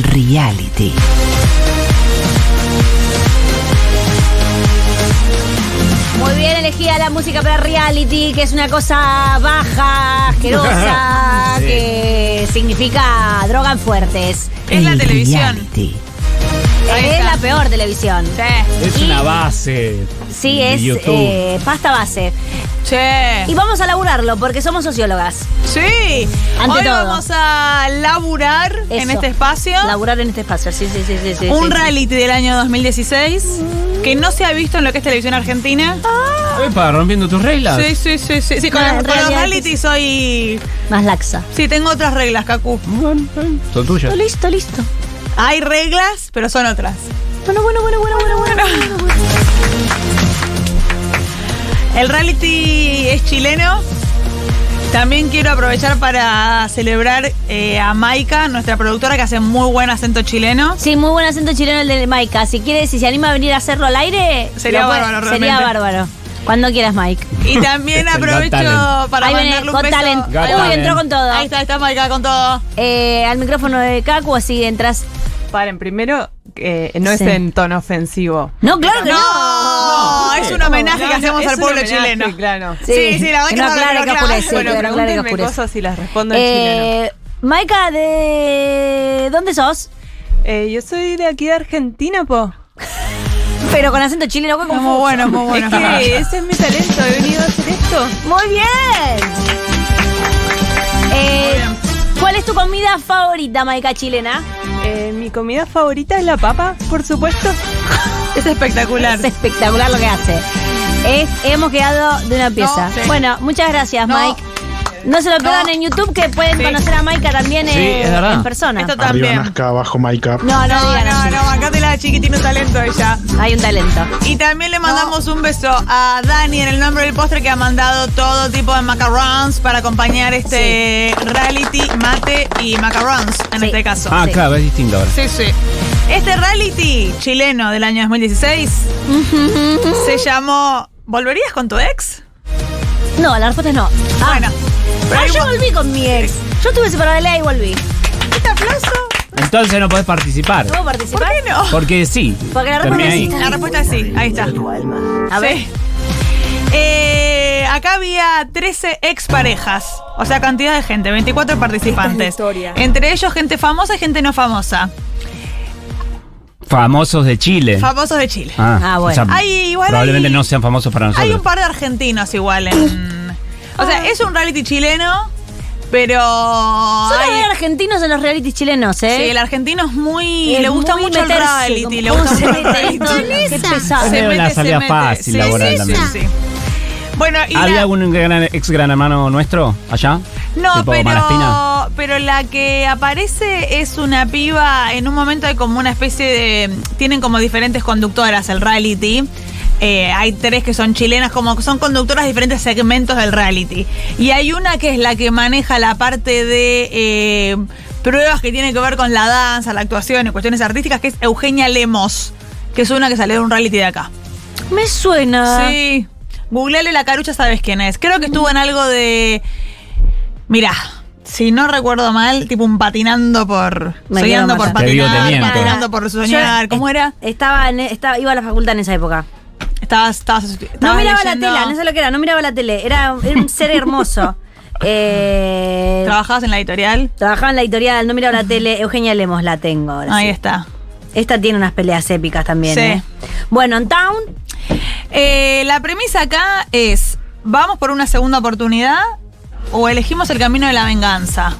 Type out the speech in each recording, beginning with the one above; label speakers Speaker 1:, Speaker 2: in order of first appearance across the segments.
Speaker 1: reality.
Speaker 2: Muy bien elegida la música para reality, que es una cosa baja, asquerosa,
Speaker 3: Sí.
Speaker 2: que significa drogan fuertes.
Speaker 4: Es la
Speaker 1: El
Speaker 4: televisión.
Speaker 1: reality.
Speaker 4: Ahí
Speaker 2: Es
Speaker 4: está.
Speaker 2: la peor televisión.
Speaker 4: Che.
Speaker 3: Es
Speaker 2: Y-
Speaker 3: una base.
Speaker 2: Sí,
Speaker 3: de
Speaker 2: es
Speaker 3: YouTube.
Speaker 2: eh, pasta base.
Speaker 4: Che.
Speaker 2: Y vamos a laburarlo porque somos sociólogas.
Speaker 4: Sí.
Speaker 2: Ante
Speaker 4: Hoy
Speaker 2: todo.
Speaker 4: vamos a laburar en
Speaker 2: Eso.
Speaker 4: este espacio.
Speaker 2: Laburar en este espacio, sí, sí, sí, sí. sí,
Speaker 4: un
Speaker 2: sí.
Speaker 4: reality del año 2016 que no se ha visto en lo que es televisión argentina.
Speaker 3: Epa, rompiendo tus reglas.
Speaker 4: Sí, sí, sí, sí. sí, con,
Speaker 2: Ah,
Speaker 4: con los
Speaker 2: reality.
Speaker 4: reality soy.
Speaker 2: Más laxa.
Speaker 4: Sí, tengo otras reglas, Cacu.
Speaker 3: Bueno, eh, son tuyas.
Speaker 2: Listo, listo, listo.
Speaker 4: Hay reglas, pero son otras.
Speaker 2: Bueno, bueno, bueno, bueno, bueno, bueno. bueno, bueno.
Speaker 4: El reality es chileno. También quiero aprovechar para celebrar eh, a Maika, nuestra productora, que hace muy buen acento chileno.
Speaker 2: Sí, muy buen acento chileno el de Maika. Si quieres, si se anima a venir a hacerlo al aire,
Speaker 4: Sería
Speaker 2: lo puede-
Speaker 4: bárbaro,
Speaker 2: Sería
Speaker 4: realmente.
Speaker 2: bárbaro. Cuando quieras, Mike.
Speaker 4: Y también
Speaker 3: Got
Speaker 4: aprovecho
Speaker 3: Talent.
Speaker 4: para
Speaker 2: Ahí viene,
Speaker 4: mandarle un
Speaker 2: Got
Speaker 4: beso.
Speaker 2: Talent.
Speaker 3: Got
Speaker 4: Ahí va.
Speaker 2: Uy, entró con todo.
Speaker 4: Ahí está, ahí está Maika con todo.
Speaker 2: Eh, al micrófono de Cacu, así entras.
Speaker 5: Paren, primero, eh, no es
Speaker 2: Sí.
Speaker 5: en tono ofensivo.
Speaker 2: No, claro que no.
Speaker 4: No, es un homenaje que
Speaker 5: No, no,
Speaker 4: hacemos
Speaker 5: es
Speaker 4: al
Speaker 5: un
Speaker 4: pueblo
Speaker 5: homenaje,
Speaker 4: chileno.
Speaker 5: Claro.
Speaker 4: Sí, sí, la verdad que
Speaker 2: no,
Speaker 4: no,
Speaker 2: claro
Speaker 4: no,
Speaker 2: que
Speaker 4: claro.
Speaker 2: apurece,
Speaker 4: Bueno,
Speaker 2: que
Speaker 5: Bueno,
Speaker 2: claro que
Speaker 5: pregúntenme
Speaker 2: apurece.
Speaker 5: cosas y las respondo en chileno.
Speaker 2: Eh, Maika, ¿de dónde sos?
Speaker 5: Eh, yo soy de aquí de Argentina, po.
Speaker 2: Pero con acento chileno, qué
Speaker 4: Muy
Speaker 2: confuso.
Speaker 4: bueno, muy bueno.
Speaker 5: Es que ese es mi talento, he venido a hacer esto.
Speaker 2: Muy bien. Eh, ¿Cuál es tu comida favorita, Maika chilena?
Speaker 5: Eh, mi comida favorita es la papa, por supuesto.
Speaker 4: Es espectacular.
Speaker 2: Es espectacular lo que hace. Es- hemos quedado de una pieza.
Speaker 4: sí.
Speaker 2: Bueno, muchas gracias,
Speaker 4: No.
Speaker 2: Mike. No se lo pierdan en YouTube que pueden
Speaker 4: Sí.
Speaker 2: conocer a Maika también
Speaker 3: Sí,
Speaker 2: eh,
Speaker 3: es verdad.
Speaker 2: en persona.
Speaker 4: Esto
Speaker 6: Arriba
Speaker 4: también.
Speaker 6: Nazca, abajo Maika.
Speaker 2: No, no,
Speaker 4: No,
Speaker 2: digan
Speaker 4: no,
Speaker 2: así.
Speaker 4: no, bancate la chiqui, tiene un talento ella.
Speaker 2: Hay un talento.
Speaker 4: Y también le mandamos un beso a Dani en el nombre del postre que ha mandado todo tipo de macarons para acompañar este reality mate y macarons en
Speaker 2: Sí.
Speaker 4: este caso.
Speaker 3: Ah,
Speaker 2: Sí.
Speaker 3: claro, es distinto ahora.
Speaker 4: Sí, sí. Este reality chileno del año 2016 se llamó ¿Volverías con tu ex?
Speaker 2: No, la respuesta es no. Ah,
Speaker 4: Bueno, pero
Speaker 2: Ah,
Speaker 4: hay
Speaker 2: yo
Speaker 4: un-
Speaker 2: volví con mi ex. Yo estuve separada de Lea y volví.
Speaker 4: este aplauso.
Speaker 3: Entonces no podés participar.
Speaker 2: ¿Puedo
Speaker 4: ¿Por
Speaker 2: participar?
Speaker 4: qué no?
Speaker 3: Porque sí.
Speaker 2: Porque la
Speaker 3: termina
Speaker 2: respuesta
Speaker 3: ahí.
Speaker 2: es-
Speaker 4: La respuesta es sí, ahí está.
Speaker 2: A ver.
Speaker 4: Sí. Eh, acá había 13 exparejas, o sea, cantidad de gente, 24 participantes.
Speaker 5: historia.
Speaker 4: Entre ellos gente famosa y gente no famosa.
Speaker 3: Famosos de Chile.
Speaker 4: Famosos de Chile.
Speaker 3: Ah,
Speaker 2: Ah, bueno.
Speaker 4: Hay- igual
Speaker 3: probablemente
Speaker 4: hay-
Speaker 3: no sean famosos para nosotros.
Speaker 4: Hay un par de argentinos igual en... O sea, es un reality chileno, pero...
Speaker 2: Solo
Speaker 4: hay-
Speaker 2: hay argentinos en los realities chilenos, ¿eh?
Speaker 4: Sí, el argentino es muy.
Speaker 2: Es
Speaker 4: le gusta
Speaker 2: muy
Speaker 4: mucho el
Speaker 2: meterse,
Speaker 4: reality.
Speaker 2: como-
Speaker 4: Le gusta
Speaker 2: ¿cómo se
Speaker 4: mucho el
Speaker 2: mete
Speaker 4: reality.
Speaker 2: esto? Qué pesado.
Speaker 3: Es medio una salida fácil
Speaker 4: Sí,
Speaker 3: laboral
Speaker 4: sí,
Speaker 3: también.
Speaker 4: sí, sí. Bueno, y
Speaker 3: ¿Había
Speaker 4: la-
Speaker 3: algún gran- ex gran hermano nuestro allá?
Speaker 4: no,
Speaker 3: tipo Malaspina?
Speaker 4: pero, pero la que aparece es una piba. En un momento hay como una especie de. Tienen como diferentes conductoras el reality. Eh, hay tres que son chilenas, como que son conductoras de diferentes segmentos del reality. Y hay una que es la que maneja la parte de eh, pruebas que tienen que ver con la danza, la actuación y cuestiones artísticas, que es Eugenia Lemos, que es una que salió de un reality de acá.
Speaker 2: Me suena.
Speaker 4: Sí. Googleale la carucha, sabes quién es. Creo que estuvo en algo de. Mirá, si no recuerdo mal, tipo un patinando por.
Speaker 2: Me
Speaker 4: soñando
Speaker 2: quiero
Speaker 4: por
Speaker 2: matar.
Speaker 3: Te digo, te
Speaker 4: patinar,
Speaker 3: miento.
Speaker 4: patinando por soñar.
Speaker 2: Yo,
Speaker 4: ¿Cómo
Speaker 2: eh,
Speaker 4: era?
Speaker 2: Estaba, en, estaba iba a la facultad en esa época.
Speaker 4: Estabas. estabas, estabas
Speaker 2: No miraba
Speaker 4: leyendo-
Speaker 2: la tela, no sé lo que era, no miraba la tele. Era, era un ser hermoso. Eh,
Speaker 4: Trabajabas en la editorial.
Speaker 2: trabajaba en la editorial, no miraba la tele. Eugenia Lemos la tengo ahora.
Speaker 4: Ahí
Speaker 2: sí.
Speaker 4: está.
Speaker 2: Esta tiene unas peleas épicas también.
Speaker 4: Sí.
Speaker 2: ¿eh? Bueno, en Town,
Speaker 4: Eh, la premisa acá es: ¿vamos por una segunda oportunidad o elegimos el camino de la venganza?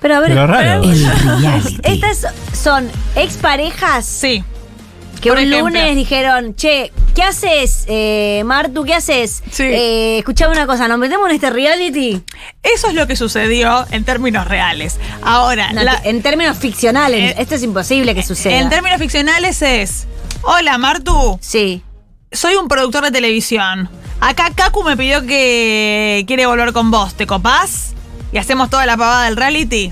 Speaker 2: pero a ver.
Speaker 3: Pero raro.
Speaker 2: pero-
Speaker 3: El
Speaker 1: reality.
Speaker 2: Estas son exparejas
Speaker 4: Sí.
Speaker 2: que
Speaker 4: por
Speaker 2: un
Speaker 4: ejemplo.
Speaker 2: lunes dijeron, che, ¿qué haces, eh, Martu? ¿Qué haces?
Speaker 4: Sí.
Speaker 2: Eh, escuchame una cosa, ¿nos metemos en este reality?
Speaker 4: Eso es lo que sucedió en términos reales. Ahora,
Speaker 2: No, eh,
Speaker 4: la,
Speaker 2: que- en términos ficcionales,
Speaker 4: Eh,
Speaker 2: esto es imposible que suceda.
Speaker 4: En términos ficcionales es. Hola, Martu.
Speaker 2: sí.
Speaker 4: Soy un productor de televisión. Acá Kaku me pidió que quiere volver con vos. ¿Te copás? Y hacemos toda la pavada del reality.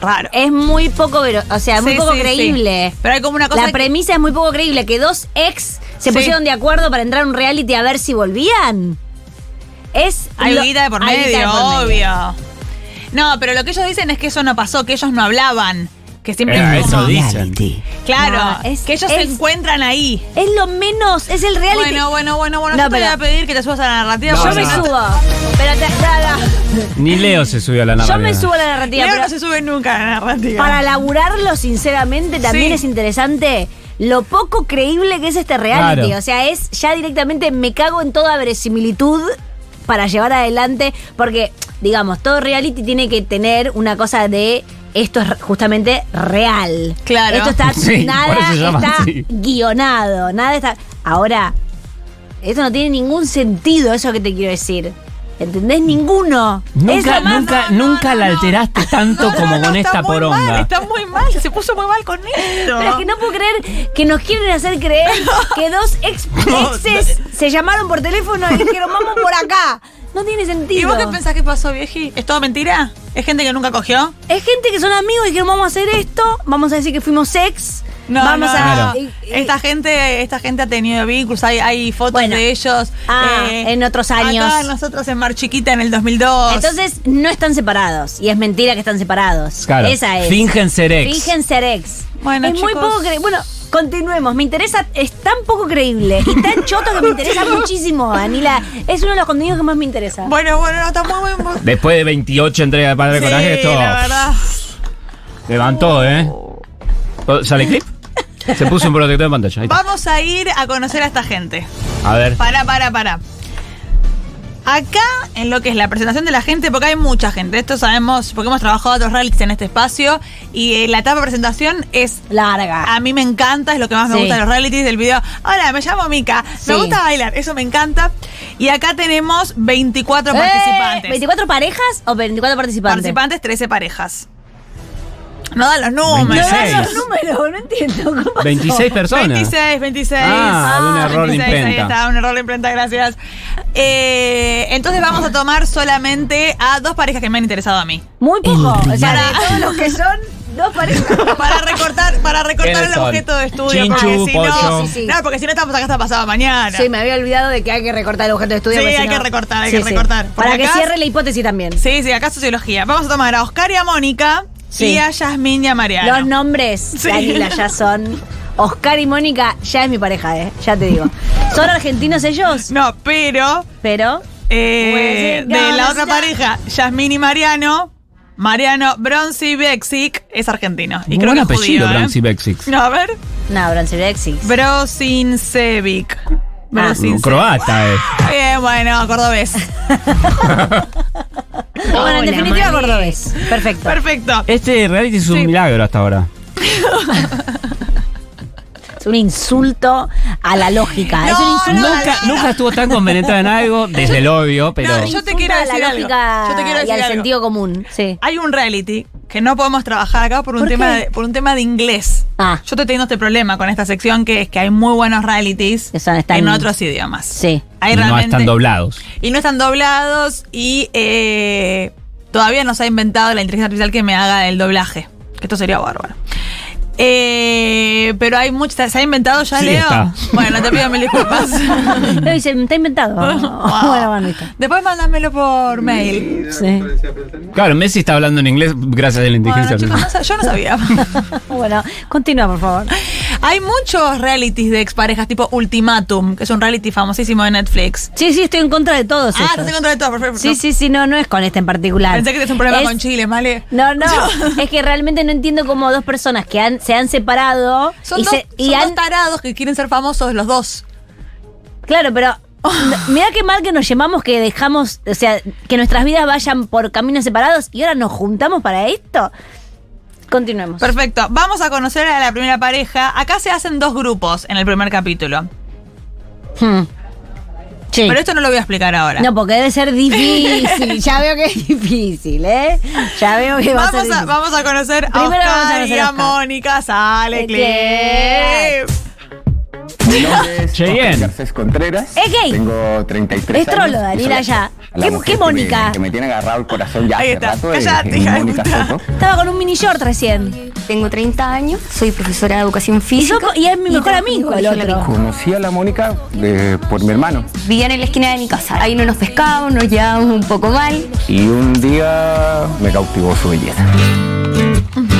Speaker 4: Raro.
Speaker 2: Es muy poco, vero- o sea, Eh, muy
Speaker 4: Sí,
Speaker 2: poco
Speaker 4: sí, sí.
Speaker 2: creíble.
Speaker 4: Pero hay como una cosa.
Speaker 2: La
Speaker 4: que-
Speaker 2: premisa es muy poco creíble, que dos ex se
Speaker 4: Sí.
Speaker 2: pusieron de acuerdo para entrar a un reality a ver si volvían. Es
Speaker 4: Hay
Speaker 2: lo-
Speaker 4: guita de por
Speaker 2: hay
Speaker 4: medio,
Speaker 2: guita de por medio.
Speaker 4: obvio. No, pero lo que ellos dicen es que eso no pasó, que ellos no hablaban. Que siempre
Speaker 1: Era
Speaker 4: es
Speaker 1: eso,
Speaker 4: como-
Speaker 1: di- dicen.
Speaker 2: Reality.
Speaker 4: Claro,
Speaker 2: Ah, es-
Speaker 4: que ellos
Speaker 2: es-
Speaker 4: se encuentran ahí.
Speaker 2: Es lo menos, es el reality.
Speaker 4: Bueno, bueno, bueno, bueno.
Speaker 2: No,
Speaker 4: yo te
Speaker 2: pero-
Speaker 4: voy a pedir que te subas a la narrativa.
Speaker 1: No,
Speaker 2: Yo
Speaker 4: porque
Speaker 2: me
Speaker 4: no te-
Speaker 2: subo. Pero te, nada.
Speaker 3: Ni Leo se subió a la
Speaker 2: Yo
Speaker 3: narrativa.
Speaker 2: me subo a la narrativa.
Speaker 4: Leo
Speaker 2: pero
Speaker 4: no se sube nunca a la narrativa.
Speaker 2: para laburarlo, sinceramente, también
Speaker 4: Sí.
Speaker 2: es interesante lo poco creíble que es este reality.
Speaker 3: Claro.
Speaker 2: O sea, es ya directamente me cago en toda verosimilitud para llevar adelante. Porque, digamos, todo reality tiene que tener una cosa de. Esto es justamente real.
Speaker 4: Claro.
Speaker 2: Esto está
Speaker 3: Sí, por
Speaker 2: nada
Speaker 3: eso se llama
Speaker 2: está
Speaker 3: así.
Speaker 2: guionado, nada está. Ahora, esto no tiene ningún sentido, eso que te quiero decir. ¿Entendés? Ninguno. Es
Speaker 3: Nunca,
Speaker 2: lo más-
Speaker 3: nunca,
Speaker 4: no,
Speaker 3: nunca
Speaker 4: no,
Speaker 3: la
Speaker 4: no.
Speaker 3: alteraste tanto
Speaker 4: No, no,
Speaker 3: como
Speaker 4: no,
Speaker 3: con esta
Speaker 4: está muy
Speaker 3: poronga.
Speaker 4: Mal, está muy mal, se puso muy mal con esto.
Speaker 2: Pero es que no puedo creer que nos quieren hacer creer que dos ex- exes se llamaron por teléfono y dijeron, vamos por acá. No tiene sentido.
Speaker 4: ¿Y vos qué pensás que pasó, vieji? ¿Es todo mentira? ¿Es gente que nunca cogió?
Speaker 2: Es gente que son amigos y dijeron, vamos a hacer esto, vamos a decir que fuimos ex. vamos
Speaker 4: no,
Speaker 2: a.
Speaker 4: no.
Speaker 2: y- y-
Speaker 4: Esta gente, esta gente ha tenido vínculos, hay, hay fotos
Speaker 2: Bueno.
Speaker 4: de ellos. eh,
Speaker 2: Ah, en otros años.
Speaker 4: Acá nosotros en Mar Chiquita en el 2002.
Speaker 2: Entonces no están separados y es mentira que están separados.
Speaker 3: Claro.
Speaker 2: Esa es.
Speaker 3: Fingen ser ex.
Speaker 2: Fingen ser ex.
Speaker 4: Bueno,
Speaker 2: es muy
Speaker 4: chicos.
Speaker 2: poco creíble. Bueno, continuemos. Me interesa, es tan poco creíble y tan choto que me interesa muchísimo, Anila. Es uno de los contenidos que más me interesa.
Speaker 4: Bueno, bueno, no, está muy, muy... muy-
Speaker 1: Después de 28 entregas de Padre
Speaker 4: Sí,
Speaker 1: Coraje, esto
Speaker 4: la verdad.
Speaker 1: levantó, ¿eh?
Speaker 3: Oh, ¿Sale clip? Se puso un protector de pantalla. ahí está.
Speaker 4: Vamos a ir a conocer a esta gente.
Speaker 1: A ver.
Speaker 4: Pará, pará, pará. Acá, en lo que es la presentación de la gente, porque hay mucha gente, esto sabemos, porque hemos trabajado otros realities en este espacio, y eh, la etapa de presentación es
Speaker 2: Larga.
Speaker 4: A mí me encanta, es lo que más me
Speaker 2: Sí.
Speaker 4: gusta de los realities del video. Hola, me llamo Mika. Me
Speaker 2: Sí.
Speaker 4: gusta bailar, eso me encanta. Y acá tenemos 24
Speaker 2: Eh,
Speaker 4: participantes.
Speaker 2: ¿24 parejas o 24 participantes?
Speaker 4: participantes, 13 parejas. No dan los
Speaker 2: No
Speaker 4: números. eh.
Speaker 2: dan los
Speaker 3: 26.
Speaker 2: números, no entiendo. ¿Cómo pasó?
Speaker 3: 26 personas.
Speaker 4: 26, 26.
Speaker 3: Ah, de un
Speaker 4: Ah,
Speaker 3: error de
Speaker 4: 26,
Speaker 3: imprenta.
Speaker 4: Ahí está, un error de imprenta, gracias. Eh, entonces vamos a tomar solamente a dos parejas que me han interesado a mí.
Speaker 2: Muy poco. O sea,
Speaker 4: real.
Speaker 2: de todos los que son, dos parejas.
Speaker 4: Para recortar, para recortar
Speaker 1: ¿Quiénes
Speaker 4: el
Speaker 1: son?
Speaker 4: objeto de estudio.
Speaker 1: Chinchu,
Speaker 4: porque si no,
Speaker 1: Pocho.
Speaker 2: Sí, sí, sí.
Speaker 4: no, porque si no estamos acá hasta pasado mañana.
Speaker 2: Sí, me había olvidado de que hay que recortar el objeto de estudio.
Speaker 4: Sí,
Speaker 2: porque si
Speaker 4: hay
Speaker 2: no-
Speaker 4: que recortar, hay que recortar. Porque
Speaker 2: Para que
Speaker 4: acá-
Speaker 2: cierre la hipótesis también.
Speaker 4: Sí, sí, acá sociología. Vamos a tomar a Oscar y a Mónica
Speaker 2: Sí.
Speaker 4: y a Yasmín y a Mariana.
Speaker 2: Los nombres,
Speaker 4: Sí.
Speaker 2: Danila, ya son. Oscar y Mónica ya es mi pareja, ¿eh? Ya te digo. Son argentinos ellos,
Speaker 4: No, pero
Speaker 2: pero.
Speaker 4: eh,
Speaker 2: Pues,
Speaker 4: de la
Speaker 2: no,
Speaker 4: otra
Speaker 2: no.
Speaker 4: pareja, Yasmín y Mariano. Mariano Bronzi Bexic es argentino. Y creo
Speaker 3: Buen
Speaker 4: que es
Speaker 3: apellido,
Speaker 4: judío, ¿eh?
Speaker 3: Bronzi Bexic.
Speaker 4: No, a ver.
Speaker 2: No, Bronce Brexit.
Speaker 4: Brozinsevic. Brozinsevic.
Speaker 3: Croata eh. es.
Speaker 4: Bien, bueno, cordobés.
Speaker 2: bueno, en definitiva, cordobés. Perfecto.
Speaker 4: Perfecto.
Speaker 3: Este reality es un
Speaker 4: Sí.
Speaker 3: milagro hasta ahora.
Speaker 2: Es un insulto a la lógica. es un
Speaker 4: No,
Speaker 2: insulto.
Speaker 4: no,
Speaker 3: nunca, nunca estuvo tan convenetrada en algo desde el obvio, pero.
Speaker 4: No, yo te
Speaker 2: insulto
Speaker 4: quiero
Speaker 2: a
Speaker 4: decir
Speaker 2: la
Speaker 4: algo.
Speaker 2: lógica
Speaker 4: Yo te quiero
Speaker 2: y
Speaker 4: decir
Speaker 2: al
Speaker 4: algo.
Speaker 2: sentido común. Sí.
Speaker 4: Hay un reality que no podemos trabajar acá por un,
Speaker 2: ¿Por
Speaker 4: tema,
Speaker 2: qué?
Speaker 4: de, por un tema de inglés.
Speaker 2: Ah.
Speaker 4: Yo estoy teniendo este problema con esta sección que es que hay muy buenos realities
Speaker 2: Que son- están-
Speaker 4: en otros idiomas.
Speaker 2: Sí.
Speaker 4: Hay
Speaker 3: y no
Speaker 4: realmente-
Speaker 3: están doblados.
Speaker 4: Y no están doblados y eh, todavía no se ha inventado la inteligencia artificial que me haga el doblaje. Que esto sería bárbaro. Eh, pero hay muchas. ¿Se ha inventado ya,
Speaker 3: Sí,
Speaker 4: Leo?
Speaker 3: está.
Speaker 4: Bueno, te pido mil disculpas.
Speaker 2: Pero se está inventado. bueno, bueno, listo.
Speaker 4: Después mándamelo por mail.
Speaker 2: Sí.
Speaker 3: Claro, Messi está hablando en inglés gracias a la inteligencia
Speaker 4: Bueno, chicos, no
Speaker 3: artificial.
Speaker 4: sa- yo no sabía.
Speaker 2: Bueno, continúa, por favor.
Speaker 4: Hay muchos realities de exparejas, tipo Ultimatum, que es un reality famosísimo de Netflix.
Speaker 2: Sí, sí, estoy en contra de todos.
Speaker 4: Ah,
Speaker 2: ellos.
Speaker 4: estás en contra de todo, perfecto.
Speaker 2: Sí, sí, sí, no, no es con este en particular.
Speaker 4: Pensé que tenías un problema
Speaker 2: Es-
Speaker 4: con Chile, ¿vale?
Speaker 2: No, no, es que realmente no entiendo cómo dos personas que han, se han separado
Speaker 4: Son,
Speaker 2: y,
Speaker 4: dos,
Speaker 2: se- y
Speaker 4: son dos
Speaker 2: han...
Speaker 4: tarados que quieren ser famosos los dos.
Speaker 2: Claro, pero mira qué mal que nos llamamos que dejamos, o sea, que nuestras vidas vayan por caminos separados y ahora nos juntamos para esto. Continuemos.
Speaker 4: Perfecto. Vamos a conocer a la primera pareja. Acá se hacen dos grupos en el primer capítulo.
Speaker 2: Hmm. Sí.
Speaker 4: Pero esto no lo voy a explicar ahora.
Speaker 2: No, porque debe ser difícil. ya veo que es difícil, ¿eh? Ya veo que va a ser
Speaker 4: Vamos a,
Speaker 2: difícil.
Speaker 4: vamos a conocer a
Speaker 2: Primero
Speaker 4: Oscar
Speaker 2: vamos a conocer
Speaker 4: y
Speaker 2: a Oscar.
Speaker 4: a
Speaker 2: Este,
Speaker 4: Mónica. Sale,
Speaker 2: Clip.
Speaker 4: clip.
Speaker 6: Mi nombre es
Speaker 3: Cheyenne.
Speaker 6: Oscar Garcés Contreras.
Speaker 2: Es gay.
Speaker 6: Tengo 33
Speaker 2: Es trolo,
Speaker 6: años.
Speaker 2: Daniela,
Speaker 6: Soy la-
Speaker 2: ya.
Speaker 6: la
Speaker 2: ¿Qué-
Speaker 6: mujer
Speaker 2: qué
Speaker 6: que me-
Speaker 2: Mónica?
Speaker 6: Que me tiene agarrado el corazón ya
Speaker 4: Ahí
Speaker 6: hace
Speaker 4: está.
Speaker 6: rato.
Speaker 4: Cállate,
Speaker 6: eh,
Speaker 4: hija de
Speaker 6: Mónica
Speaker 4: puta.
Speaker 6: Soto.
Speaker 2: Estaba con un mini short recién.
Speaker 7: Tengo 30 años, soy profesora de educación
Speaker 2: Y, yo-
Speaker 7: física.
Speaker 2: y es mi mejor
Speaker 7: trabajo en
Speaker 2: amigo el
Speaker 7: colegio La
Speaker 2: otro.
Speaker 6: Conocí a la Mónica eh, por mi hermano.
Speaker 7: Picú. Vivían en la esquina de mi casa. Ahí no nos pescábamos, nos llevábamos un poco mal.
Speaker 6: Y un día me cautivó su belleza.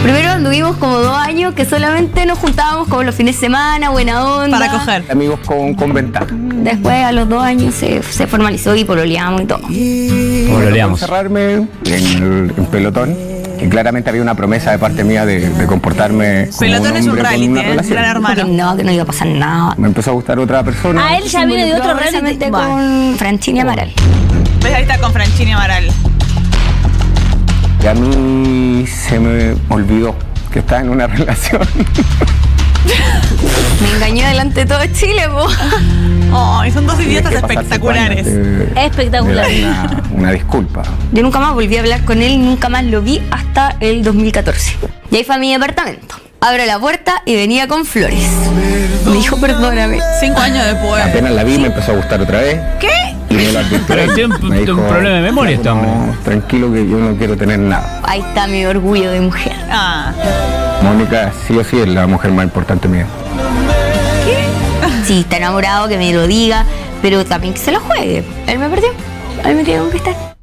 Speaker 7: Primero anduvimos como dos años que solamente nos juntábamos como los fines de semana, buena onda.
Speaker 4: Para coger.
Speaker 6: Amigos con, con ventaja.
Speaker 7: Después a los dos años se, se formalizó y pololeamos y todo.
Speaker 3: Como lo leamos.
Speaker 6: Encerrarme en el en pelotón. Y claramente había una promesa de parte mía de, de comportarme. como
Speaker 4: Pelotón es un
Speaker 6: hombre con
Speaker 4: reality,
Speaker 6: una
Speaker 4: ¿eh?
Speaker 6: relación.
Speaker 4: Gran
Speaker 7: Dijo que
Speaker 4: hermano.
Speaker 7: no, que no iba a pasar nada.
Speaker 6: Me empezó a gustar otra persona.
Speaker 2: A él ya viene de otro reality.
Speaker 7: Solamente
Speaker 2: Bueno.
Speaker 7: con Franchini Amaral.
Speaker 4: ¿Ves? Ahí está con Franchini Amaral.
Speaker 6: Y a mí se me olvidó que estaba en una relación.
Speaker 7: Me engañó delante de todo Chile, po.
Speaker 4: Ay, son dos idiotas
Speaker 6: Tenía que pasar
Speaker 4: espectaculares.
Speaker 6: por años de-
Speaker 2: Espectacular.
Speaker 6: de dar Una, una disculpa.
Speaker 7: Yo nunca más volví a hablar con él, nunca más lo vi hasta el 2014. Y ahí fue a mi departamento. Abro la puerta y venía con flores. Me dijo, perdóname.
Speaker 4: Cinco años después.
Speaker 6: Apenas la vi, me empezó a gustar otra vez.
Speaker 4: ¿Qué?
Speaker 6: Y me lo advirtió.
Speaker 3: Pero tiene un-
Speaker 6: Me dijo,
Speaker 3: un problema de memoria este hombre.
Speaker 6: "No, Tranquilo que yo no quiero tener nada.
Speaker 7: Ahí está mi orgullo de mujer.
Speaker 4: Ah,
Speaker 6: Mónica sí o sí es la mujer más importante mía.
Speaker 7: Si está enamorado, que me lo diga, pero también que se lo juegue. Él me perdió. Él me tiene que conquistar.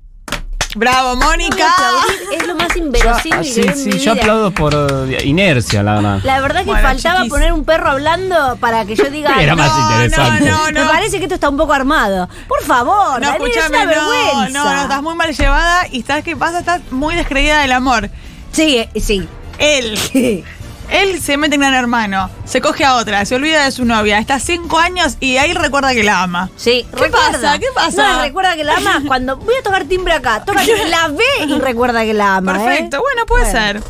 Speaker 4: bravo, Mónica.
Speaker 2: Aplaudir Es lo más inverosímil
Speaker 3: Ah,
Speaker 2: que
Speaker 3: sí,
Speaker 2: vi en
Speaker 3: sí,
Speaker 2: mi
Speaker 3: yo
Speaker 2: vida.
Speaker 3: aplaudo por eh, inercia, la verdad.
Speaker 2: La verdad que
Speaker 4: Bueno,
Speaker 2: faltaba
Speaker 4: chiquis.
Speaker 2: poner un perro hablando para que yo diga.
Speaker 3: Era más interesante.
Speaker 4: No, no,
Speaker 2: Me
Speaker 4: no.
Speaker 2: parece que esto está un poco armado. Por favor,
Speaker 4: No,
Speaker 2: Daniel, es
Speaker 4: escúchame,
Speaker 2: una
Speaker 4: no, no,
Speaker 2: vergüenza.
Speaker 4: no, estás muy mal llevada y ¿sabes qué pasa? Estás muy descreída del amor.
Speaker 2: Sí, eh, sí.
Speaker 4: Él, él se mete en gran hermano, se coge a otra, se olvida de su novia, está cinco años y ahí recuerda que la ama.
Speaker 2: Sí,
Speaker 4: ¿Qué
Speaker 2: recuerda.
Speaker 4: pasa? ¿Qué pasa?
Speaker 2: No, recuerda que la ama cuando voy a tocar timbre acá. Toca timbre, la ve y recuerda que la ama. ¿eh?
Speaker 4: Perfecto, bueno, puede ser.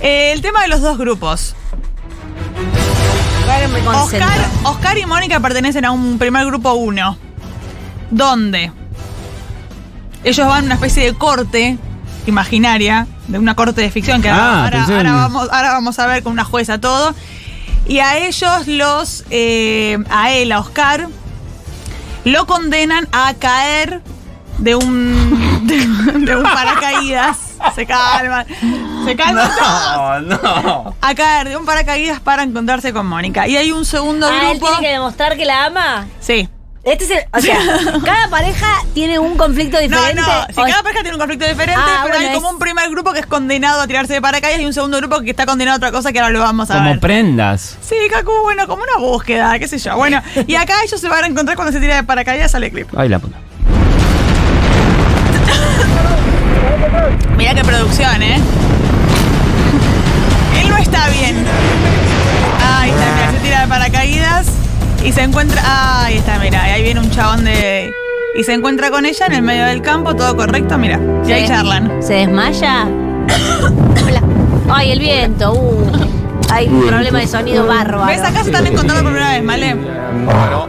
Speaker 4: Eh, el tema de los dos grupos.
Speaker 2: Ahora me concentro.
Speaker 4: Oscar, Oscar y Mónica pertenecen a un primer grupo uno. ¿Dónde? Ellos van a una especie de corte imaginaria, de una corte de ficción que ahora-
Speaker 3: Ah,
Speaker 4: ahora,
Speaker 3: pensé en-
Speaker 4: ahora vamos, ahora vamos a ver con una jueza todo. Y a ellos los, eh, a él, a Oscar, lo condenan a caer de un, de, de un paracaídas. Se calman, se calman todos.
Speaker 3: no.
Speaker 4: A caer de un paracaídas para encontrarse con Mónica. Y hay un segundo
Speaker 2: Ah, él
Speaker 4: grupo.
Speaker 2: tiene que demostrar que la ama.
Speaker 4: Sí.
Speaker 2: Este es el- o sea, cada pareja tiene un conflicto
Speaker 4: No,
Speaker 2: diferente.
Speaker 4: no, si
Speaker 2: O-
Speaker 4: cada pareja tiene un conflicto diferente,
Speaker 2: Ah,
Speaker 4: pero
Speaker 2: bueno,
Speaker 4: hay como
Speaker 2: es-
Speaker 4: un primer grupo que es condenado a tirarse de paracaídas y un segundo grupo que está condenado a otra cosa que ahora lo vamos a
Speaker 3: Como
Speaker 4: ver.
Speaker 3: prendas.
Speaker 4: sí, Kaku, bueno, como una búsqueda, qué sé yo. Bueno, y acá ellos se van a encontrar cuando se tira de paracaídas sale clip.
Speaker 3: Ay, la puta.
Speaker 4: Mira qué producción, ¿eh? Él no está bien. Ahí está, mira, se tira de paracaídas y se encuentra. Ahí está, mira, ahí viene un chabón de. Y se encuentra con ella en el medio del campo, todo correcto, mira. Y ahí
Speaker 2: Sí.
Speaker 4: charlan.
Speaker 2: ¿Se desmaya? Ay, el viento. Uh. Hay un problema de sonido bárbaro.
Speaker 4: ¿Ves? Acá se están encontrando por primera vez, ¿vale?
Speaker 6: Ah.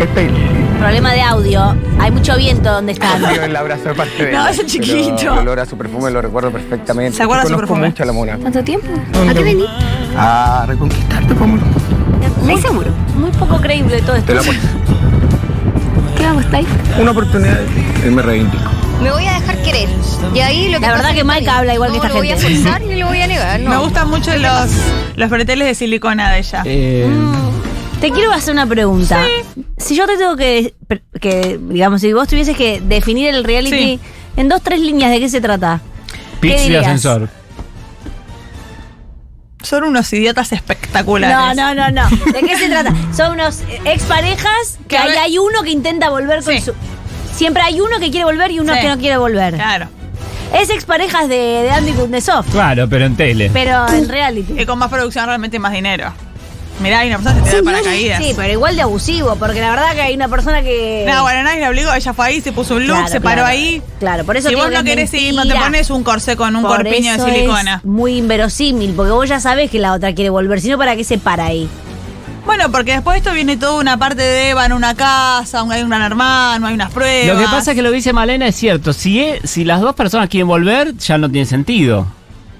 Speaker 6: Este
Speaker 2: Problema de audio. Hay mucho viento donde están.
Speaker 6: tío el abrazo de parte de
Speaker 4: No,
Speaker 6: ella,
Speaker 4: ese
Speaker 6: pero
Speaker 4: chiquito.
Speaker 6: El olor a su perfume lo recuerdo perfectamente.
Speaker 4: ¿Se acuerda
Speaker 6: Yo
Speaker 4: su
Speaker 6: conozco
Speaker 4: perfume?
Speaker 6: mucho a la mona.
Speaker 7: ¿Tanto tiempo? ¿A qué vení?
Speaker 6: A reconquistarte, Pómulo.
Speaker 7: ¿Estáis seguro?
Speaker 2: Muy poco creíble todo esto.
Speaker 6: Te lo apuesto.
Speaker 7: ¿Qué vamos, estáis?
Speaker 6: Una oportunidad. Él me reivindico.
Speaker 7: Me voy a dejar querer. Y ahí lo
Speaker 2: La verdad que Maika habla igual que esta gente.
Speaker 7: forzar ni lo voy a negar,
Speaker 4: Me gustan mucho los, los breteles de silicona de ella.
Speaker 3: Eh.
Speaker 2: Te quiero hacer una pregunta. Si yo te tengo que, que, digamos, si vos tuvieses que definir el reality
Speaker 4: Sí.
Speaker 2: en dos, tres líneas, ¿de qué se trata? ¿Qué
Speaker 3: Pitch de
Speaker 2: dirías?
Speaker 3: ascensor.
Speaker 4: Son unos idiotas espectaculares.
Speaker 2: No, no, no, no. ¿De qué se trata? Son unos eh, exparejas que
Speaker 4: Que
Speaker 2: ahí
Speaker 4: ve-
Speaker 2: hay uno que intenta volver con
Speaker 4: Sí.
Speaker 2: su... Siempre hay uno que quiere volver y uno
Speaker 4: Sí.
Speaker 2: que no quiere volver.
Speaker 4: Claro.
Speaker 2: Es exparejas de, de Andy Kundesov,
Speaker 3: Claro, pero en tele.
Speaker 2: pero en reality.
Speaker 4: Y con más producción realmente más dinero. Mirá, hay una persona que se tira de paracaídas.
Speaker 2: Sí, pero igual de abusivo, porque la verdad que hay una persona que...
Speaker 4: No, bueno, nadie la obligó, ella fue ahí, se puso un look,
Speaker 2: Claro,
Speaker 4: se paró
Speaker 2: claro.
Speaker 4: ahí.
Speaker 2: Claro, por eso
Speaker 4: Si
Speaker 2: digo
Speaker 4: vos
Speaker 2: que
Speaker 4: no
Speaker 2: es
Speaker 4: querés ir, no te
Speaker 2: mentira.
Speaker 4: pones un corsé con un
Speaker 2: Por
Speaker 4: corpiño de
Speaker 2: eso
Speaker 4: silicona.
Speaker 2: Es muy inverosímil, porque vos ya sabés que la otra quiere volver, sino para qué se para ahí.
Speaker 4: Bueno, porque después de esto viene toda una parte de van a una casa, un- hay un gran hermano, hay unas pruebas.
Speaker 3: Lo que pasa es que lo que dice Malena es cierto. Si, e- si las dos personas quieren volver, ya no tiene sentido.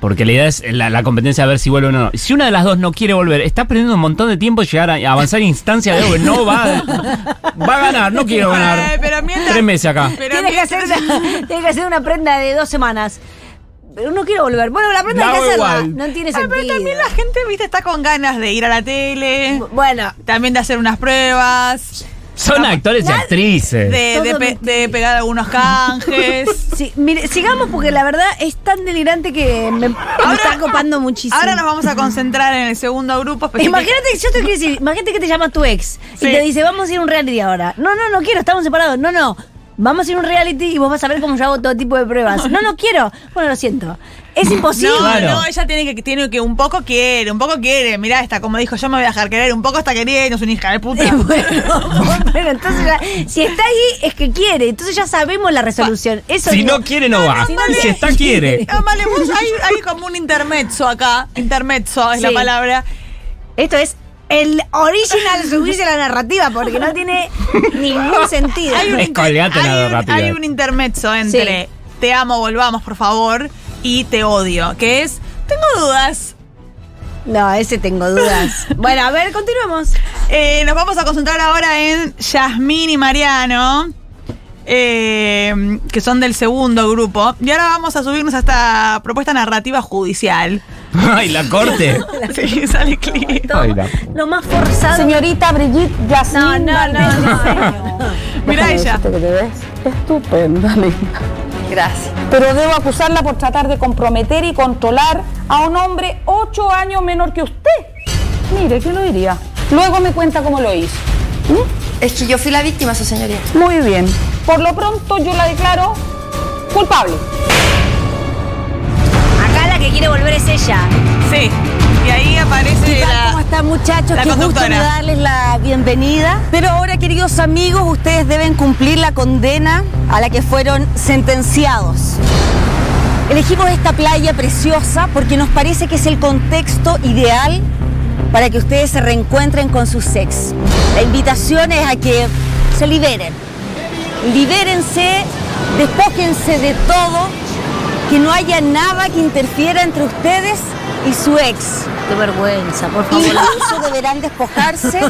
Speaker 3: Porque la idea es la, la competencia a ver si vuelve o no. Si una de las dos no quiere volver, está perdiendo un montón de tiempo llegar a, a avanzar instancias de algo que no va, va a ganar. No quiero ganar.
Speaker 4: Eh, pero mientras-
Speaker 3: Tres meses acá.
Speaker 4: Pero
Speaker 2: Tienes que, hacer
Speaker 4: mientras-
Speaker 2: una, tienes que hacer una prenda de dos semanas. Pero no quiero volver. Bueno, la prenda
Speaker 3: La
Speaker 2: hay que
Speaker 3: hago
Speaker 2: hacerla.
Speaker 3: igual.
Speaker 2: No tiene
Speaker 4: Ah,
Speaker 2: sentido.
Speaker 4: pero también la gente, viste, está con ganas de ir a la tele,
Speaker 2: Bueno,
Speaker 4: también de hacer unas pruebas.
Speaker 3: Son actores y actrices.
Speaker 4: de, de
Speaker 2: Todo
Speaker 4: pe-
Speaker 2: mentira.
Speaker 4: de pegar algunos canjes.
Speaker 2: Sí, mire, sigamos porque la verdad es tan delirante que me, me está copando muchísimo.
Speaker 4: Ahora nos vamos a concentrar en el segundo grupo. pues, específic-
Speaker 2: Imagínate, yo te quiero decir, imagínate que te llama tu ex
Speaker 4: Sí.
Speaker 2: y te dice, vamos a ir a un reality ahora. No, no, no quiero, estamos separados. No, no, vamos a ir a un reality y vos vas a ver cómo yo hago todo tipo de pruebas. No, no quiero. Bueno, lo siento. Es imposible.
Speaker 4: No,
Speaker 3: Claro.
Speaker 4: no, ella tiene que, tiene que un poco quiere, un poco quiere. Mirá, está como dijo, yo me voy a dejar querer, un poco está queriendo, es una hija de puta.
Speaker 2: Eh, bueno, bueno, entonces ya, si está ahí es que quiere, entonces ya sabemos la resolución. Eso
Speaker 3: Si
Speaker 2: digo.
Speaker 3: no quiere, no
Speaker 2: no,
Speaker 3: va. Y si
Speaker 2: vale.
Speaker 3: está, quiere.
Speaker 4: Ah, vale, vos- hay, hay como un intermezzo acá, intermezzo es la
Speaker 2: Sí.
Speaker 4: palabra.
Speaker 2: Esto es el original subirse a la narrativa porque no tiene ningún sentido.
Speaker 4: Hay un, inter-
Speaker 3: Descolgate la
Speaker 4: hay un-
Speaker 3: narrativa.
Speaker 4: hay un intermezzo entre
Speaker 2: Sí.
Speaker 4: te amo, volvamos, por favor, y te odio, que es, tengo dudas.
Speaker 2: No, ese tengo dudas. Bueno, a ver, continuemos.
Speaker 4: Eh, nos vamos a concentrar ahora en Yasmín y Mariano, eh, que son del segundo grupo. Y ahora vamos a subirnos a esta propuesta narrativa judicial.
Speaker 3: Ay, la corte.
Speaker 4: Sí, sale clip.
Speaker 2: Todo
Speaker 3: Ay, la-
Speaker 2: Lo más forzado.
Speaker 8: Señorita Brigitte Yasmin.
Speaker 2: No, no, no, no.
Speaker 4: Mira ella.
Speaker 8: Déjame decirte que te ves estupenda, linda.
Speaker 7: Gracias.
Speaker 8: Pero debo acusarla por tratar de comprometer y controlar a un hombre ocho años menor que usted. Mire, yo lo diría. Luego me cuenta cómo lo hizo. ¿Mm?
Speaker 7: Es que yo fui la víctima, su señoría.
Speaker 8: Muy bien. Por lo pronto yo la declaro culpable.
Speaker 2: Acá la que quiere volver es ella.
Speaker 4: Sí. Y ahí aparece
Speaker 8: ¿Cómo
Speaker 4: la.
Speaker 8: están muchachos?
Speaker 4: la
Speaker 8: Qué gusto
Speaker 4: conductora.
Speaker 8: me darles la bienvenida. Pero ahora, queridos amigos, ustedes deben cumplir la condena a la que fueron sentenciados. Elegimos esta playa preciosa porque nos parece que es el contexto ideal para que ustedes se reencuentren con sus ex. La invitación es a que se liberen. Libérense, despójense de todo, que no haya nada que interfiera entre ustedes y su ex.
Speaker 2: Qué vergüenza, por favor.
Speaker 8: Incluso deberán despojarse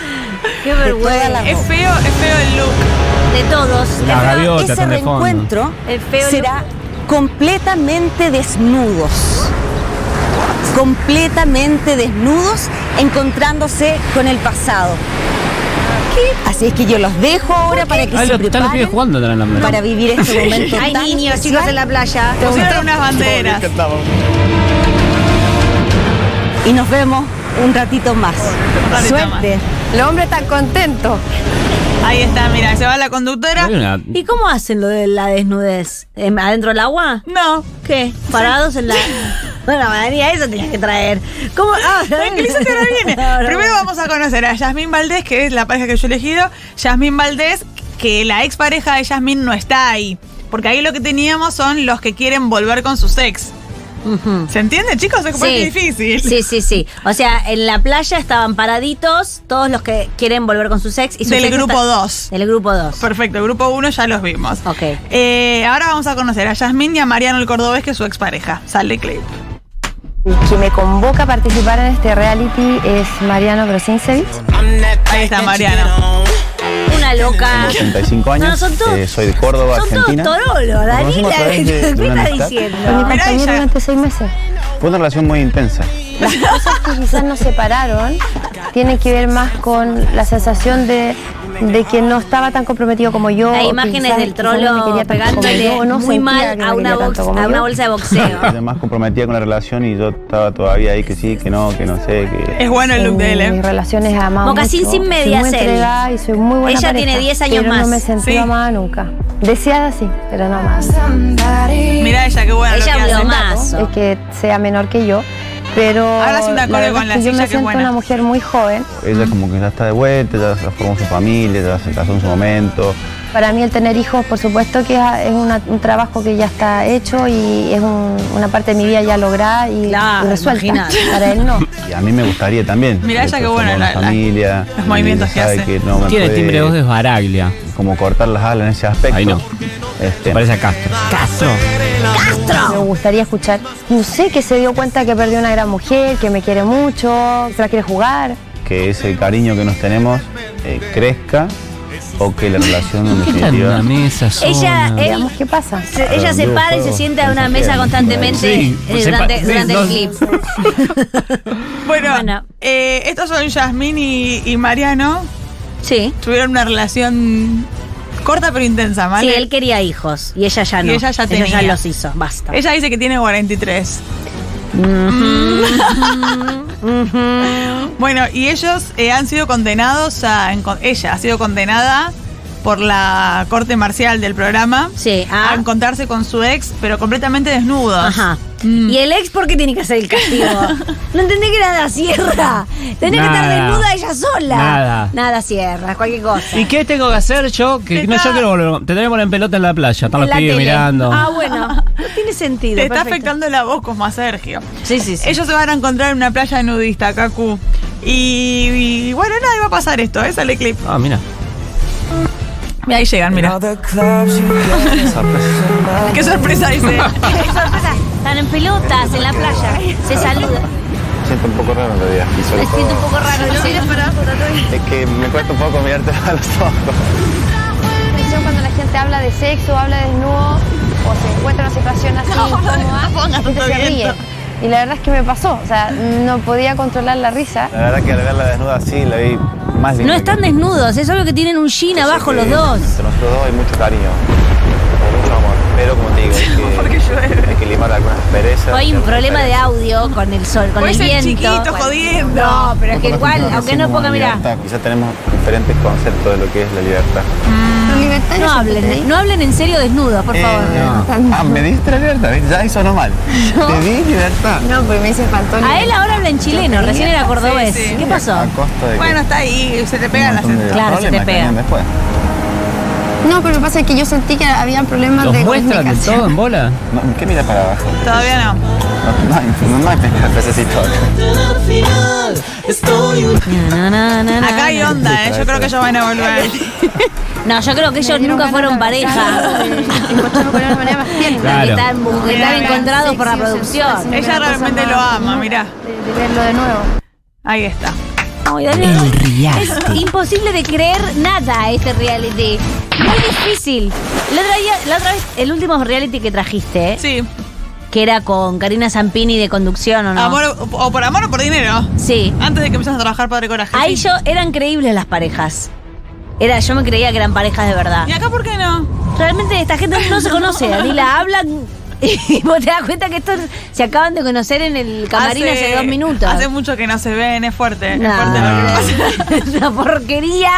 Speaker 2: Qué
Speaker 8: de toda
Speaker 2: vergüenza.
Speaker 8: la
Speaker 4: Es feo, es feo el look.
Speaker 2: De todos.
Speaker 3: La gaviota
Speaker 8: Ese
Speaker 3: tan de fondo.
Speaker 8: reencuentro
Speaker 2: El feo
Speaker 8: será completamente desnudos. Completamente desnudos, encontrándose con el pasado. Así es que yo los dejo ahora para que
Speaker 3: Ay,
Speaker 8: se
Speaker 3: lo- están los
Speaker 8: preparen
Speaker 3: pibes jugando en la
Speaker 8: para vivir este momento
Speaker 2: Hay
Speaker 8: tan
Speaker 2: niños,
Speaker 8: especial.
Speaker 2: chicos en la playa.
Speaker 4: Pusieron unas banderas.
Speaker 8: y nos vemos un ratito más.
Speaker 4: ratito más.
Speaker 8: Suerte.
Speaker 7: El hombre tan contento.
Speaker 4: Ahí está, mira, se va la conductora.
Speaker 2: ¿Y cómo hacen lo de la desnudez? ¿Em, ¿Adentro del agua?
Speaker 4: No.
Speaker 2: ¿Qué? ¿Parados en la.? Bueno, María, eso tenías que traer. ¿Cómo? Ah,
Speaker 4: Tranquilízate, ahora viene.
Speaker 2: Ahora
Speaker 4: Primero
Speaker 2: vamos.
Speaker 4: vamos a conocer a Yasmín Valdés, que es la pareja que yo he elegido. Yasmín Valdés, que la expareja de Yasmín no está ahí. Porque ahí lo que teníamos son los que quieren volver con sus ex. ¿Se entiende, chicos? Es como que es difícil.
Speaker 2: Sí, sí, sí. O sea, en la playa estaban paraditos todos los que quieren volver con sus ex. Y sus
Speaker 4: Del
Speaker 2: ex
Speaker 4: grupo
Speaker 2: están-
Speaker 4: dos.
Speaker 2: Del grupo 2.
Speaker 4: Perfecto, el grupo 1 ya los vimos.
Speaker 2: Ok.
Speaker 4: Eh, ahora vamos a conocer a Yasmín y a Mariano el Cordobés, que es su expareja. Sale clip.
Speaker 7: Que me convoca a participar en este reality es Mariano Grosincevic.
Speaker 4: Ahí está Mariano.
Speaker 2: Una loca.
Speaker 9: 35 años,
Speaker 2: No, son todos-
Speaker 9: eh, soy de Córdoba,
Speaker 2: son todos
Speaker 9: Argentina.
Speaker 2: torolo,
Speaker 9: Nos
Speaker 2: Danila.
Speaker 9: conocimos a
Speaker 2: ¿Qué
Speaker 9: través de- de una
Speaker 2: estás
Speaker 9: amistad.
Speaker 7: Con mi
Speaker 2: diciendo?
Speaker 4: Mirá
Speaker 7: compañero
Speaker 4: ella.
Speaker 7: durante seis meses.
Speaker 9: Fue una relación muy intensa.
Speaker 7: Las cosas que quizás nos separaron tienen que ver más con la sensación de, de que no estaba tan comprometido como yo.
Speaker 2: Hay
Speaker 7: o
Speaker 2: imágenes
Speaker 7: quizás-
Speaker 2: del
Speaker 7: quizás no me
Speaker 2: trolo
Speaker 7: quería tanto como yo, o
Speaker 2: pegándole
Speaker 7: no
Speaker 2: muy
Speaker 7: sentía
Speaker 2: mal
Speaker 7: que me
Speaker 2: a una,
Speaker 7: quería tanto
Speaker 2: box-
Speaker 7: como
Speaker 2: a una
Speaker 7: yo.
Speaker 2: bolsa de boxeo.
Speaker 9: Ella más comprometida con la relación y yo estaba todavía ahí que sí, que no, que no sé, que...
Speaker 4: Es bueno el look de él,
Speaker 7: En
Speaker 4: ¿eh?
Speaker 7: Mis relaciones amadas.
Speaker 2: Mocasín sin medias,
Speaker 7: Soy muy
Speaker 2: él.
Speaker 7: entregada y soy muy buena
Speaker 2: Ella
Speaker 7: pareja,
Speaker 2: tiene 10 años
Speaker 7: pero
Speaker 2: más.
Speaker 7: no me sentí
Speaker 4: Sí.
Speaker 7: amada nunca. Deseada sí, pero no amada.
Speaker 4: Mirá ella, qué bueno
Speaker 2: Ella
Speaker 4: lo que
Speaker 2: habló
Speaker 4: hace.
Speaker 2: más.
Speaker 7: Es que sea menor que yo. Pero
Speaker 4: Ahora sí me
Speaker 7: la
Speaker 4: acuerdo
Speaker 7: verdad
Speaker 4: con
Speaker 7: es
Speaker 4: la
Speaker 7: que yo
Speaker 4: silla,
Speaker 7: me
Speaker 4: qué
Speaker 7: siento
Speaker 4: buena.
Speaker 7: una mujer muy joven.
Speaker 9: Ella como que ya está de vuelta, ya se formó su familia, ya se casó en su momento.
Speaker 7: Para mí el tener hijos, por supuesto que es una- un trabajo que ya está hecho y es un- una parte de mi vida ya lograda y,
Speaker 2: Claro,
Speaker 7: y resuelta.
Speaker 2: imagínate.
Speaker 7: Para él no.
Speaker 9: Y a mí me gustaría también.
Speaker 4: Mirá ella,
Speaker 9: Después
Speaker 4: qué bueno,
Speaker 9: formar una
Speaker 4: la- la-
Speaker 9: familia.
Speaker 4: los
Speaker 9: y
Speaker 4: movimientos que
Speaker 9: sabe
Speaker 4: hace.
Speaker 9: no me
Speaker 3: Tiene
Speaker 9: puede
Speaker 3: timbre de voz de Baraglia.
Speaker 9: Como cortar las alas en ese aspecto.
Speaker 3: Ahí no.
Speaker 9: Este,
Speaker 3: Se parece a Castro. ¿Castro?
Speaker 7: Me gustaría escuchar. No sé, que se dio cuenta que perdió una gran mujer, que me quiere mucho, que la quiere jugar.
Speaker 9: que ese cariño que nos tenemos eh, crezca o que la relación en
Speaker 3: ¿Qué tal
Speaker 9: definitiva...
Speaker 3: una mesa sola?
Speaker 2: Ella, él-
Speaker 7: Veamos qué pasa.
Speaker 2: Se- ella se
Speaker 9: Dios,
Speaker 2: para y se
Speaker 9: Dios,
Speaker 2: sienta en una
Speaker 9: Dios,
Speaker 2: mesa
Speaker 9: Dios.
Speaker 2: constantemente
Speaker 3: Sí,
Speaker 2: eh,
Speaker 3: se pa-
Speaker 2: durante,
Speaker 3: sí,
Speaker 2: durante el
Speaker 3: no-
Speaker 2: clip.
Speaker 4: Bueno,
Speaker 2: Bueno.
Speaker 4: eh, estos son Yasmín y, y Mariano.
Speaker 2: Sí.
Speaker 4: Tuvieron una relación corta pero intensa, ¿vale?
Speaker 2: Sí, él quería hijos y ella ya
Speaker 4: Y
Speaker 2: no.
Speaker 4: ella ya
Speaker 2: Ella
Speaker 4: tenía.
Speaker 2: los hizo, basta.
Speaker 4: Ella dice que tiene 43.
Speaker 2: Mm.
Speaker 4: Bueno, y ellos eh, han sido condenados a. en con- Ella ha sido condenada por la corte marcial del programa
Speaker 2: Sí,
Speaker 4: a,
Speaker 2: a-
Speaker 4: encontrarse Ah, con su ex, pero completamente desnudos.
Speaker 2: Ah. Ajá.
Speaker 4: Mm.
Speaker 2: ¿Y el ex por qué tiene que hacer el castigo? no entendí que era de la sierra. Tenía que estar
Speaker 3: Nada.
Speaker 2: desnuda ella sola.
Speaker 3: Nada.
Speaker 2: Nada sierra, cualquier cosa.
Speaker 3: ¿Y qué tengo que hacer yo? Que no, yo
Speaker 4: Está-
Speaker 3: quiero volver. Te tenemos en pelota en la playa. Están
Speaker 2: En
Speaker 3: los
Speaker 2: la
Speaker 3: pibes
Speaker 2: tele.
Speaker 3: mirando.
Speaker 2: Ah, bueno. No tiene sentido.
Speaker 4: Te está
Speaker 2: perfecto.
Speaker 4: afectando la voz como a Sergio.
Speaker 2: Sí, sí, sí.
Speaker 4: Ellos se van a encontrar en una playa nudista, Kaku. Y, y bueno, nada, va a pasar esto, ¿eh? Sale clip.
Speaker 3: Ah, mira.
Speaker 4: Mira, ahí llegan, mira. Qué sorpresa dice.
Speaker 2: Qué sorpresa. Están en pelotas, en la playa. Se saludan.
Speaker 9: siento un poco raro en realidad. Y sobre
Speaker 2: Me siento un
Speaker 9: todo,
Speaker 2: poco raro. ¿no?
Speaker 9: es que me cuesta un poco mirarte a los ojos.
Speaker 7: Yo cuando la gente habla de sexo, habla de desnudo o se encuentra en una situación así incómoda, la gente se ríe. Y la verdad es que me pasó, o sea, no podía controlar la risa.
Speaker 9: La verdad que al verla desnuda así la vi más linda.
Speaker 2: No están
Speaker 9: que-
Speaker 2: desnudos, es solo que tienen un jean abajo los dos.
Speaker 9: Entre nosotros dos hay mucho cariño, mucho amor. Pero como te digo, hay que, hay que limar algunas perezas.
Speaker 2: O hay un problema de audio con el sol, con
Speaker 4: Por
Speaker 2: el
Speaker 4: ese
Speaker 2: viento.
Speaker 4: chiquito
Speaker 2: Bueno.
Speaker 4: jodiendo.
Speaker 2: No, pero es que igual, aunque no ponga, mirá.
Speaker 9: Quizás tenemos diferentes conceptos de lo que es la libertad.
Speaker 2: No hablen, no hablen en serio desnudos,
Speaker 7: Eh,
Speaker 2: por favor.
Speaker 9: Ah, me diste la libertad, ¿ves? ya eso no mal. Te di libertad.
Speaker 7: No, pues me hice pantón.
Speaker 2: A él ahora habla en chileno, recién era cordobés.
Speaker 4: Sí, sí.
Speaker 2: ¿Qué pasó?
Speaker 9: A costa de que
Speaker 4: Bueno, está ahí, se te pegan las.
Speaker 9: un montón de
Speaker 2: Claro, se te
Speaker 9: problemas que
Speaker 2: pega.
Speaker 9: vienen después.
Speaker 7: No, pero pasa que yo sentí que habían problemas
Speaker 3: ¿Los
Speaker 7: de
Speaker 3: muestran de
Speaker 7: comunicación.
Speaker 3: todo en bola?
Speaker 9: No, ¿Qué miras para abajo?
Speaker 4: Todavía no.
Speaker 9: No, no hay, no hay pececito acá.
Speaker 2: Na, na, na, na,
Speaker 4: Acá hay
Speaker 2: na.
Speaker 4: onda, ¿eh? Yo creo que ellos van a volver.
Speaker 2: No, yo creo que ellos nunca fueron pareja.
Speaker 7: Encontrarme con una manera más tierna.
Speaker 3: Claro.
Speaker 2: Están, están encontrados por la
Speaker 7: Sexy,
Speaker 2: producción.
Speaker 7: sensual,
Speaker 4: Ella
Speaker 7: una cosa
Speaker 4: realmente
Speaker 7: más
Speaker 4: lo ama, mirá.
Speaker 7: De, de verlo de nuevo.
Speaker 4: Ahí está.
Speaker 2: Ay, Daniel, es imposible de creer nada este reality. Muy difícil. La otra, día- la otra vez, el último reality que trajiste, ¿eh?
Speaker 4: Sí.
Speaker 2: que era con Karina Zampini de conducción, ¿o no?
Speaker 4: Amor, o- o por amor o por dinero.
Speaker 2: Sí.
Speaker 4: Antes de que empezás a trabajar Padre Coraje.
Speaker 2: Ahí
Speaker 4: Sí.
Speaker 2: yo eran creíbles las parejas. Era, yo me creía que eran parejas de verdad.
Speaker 4: ¿Y acá por qué no?
Speaker 2: Realmente esta gente no se conoce, ni la hablan. Y vos te das cuenta que estos se acaban de conocer en el camarín hace, dos minutos.
Speaker 4: Hace mucho que no se ven, es fuerte.
Speaker 2: No,
Speaker 4: Es fuerte lo que pasa.
Speaker 2: una porquería.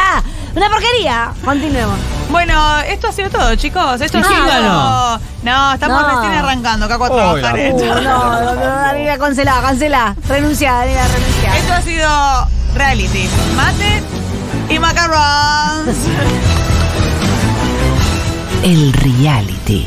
Speaker 2: Una porquería. Continuemos.
Speaker 4: Bueno, esto ha sido todo, chicos. Esto ha
Speaker 2: Sí,
Speaker 4: sido.
Speaker 3: ganó.
Speaker 4: No, estamos
Speaker 2: No.
Speaker 4: recién arrancando, Caco, a
Speaker 3: Hola,
Speaker 4: trabajar esto.
Speaker 2: no, no, no, Daniela, cancela, cancela. Renuncia, Daniela, renuncia.
Speaker 4: Esto ha sido reality. Mate y macarons.
Speaker 5: El reality.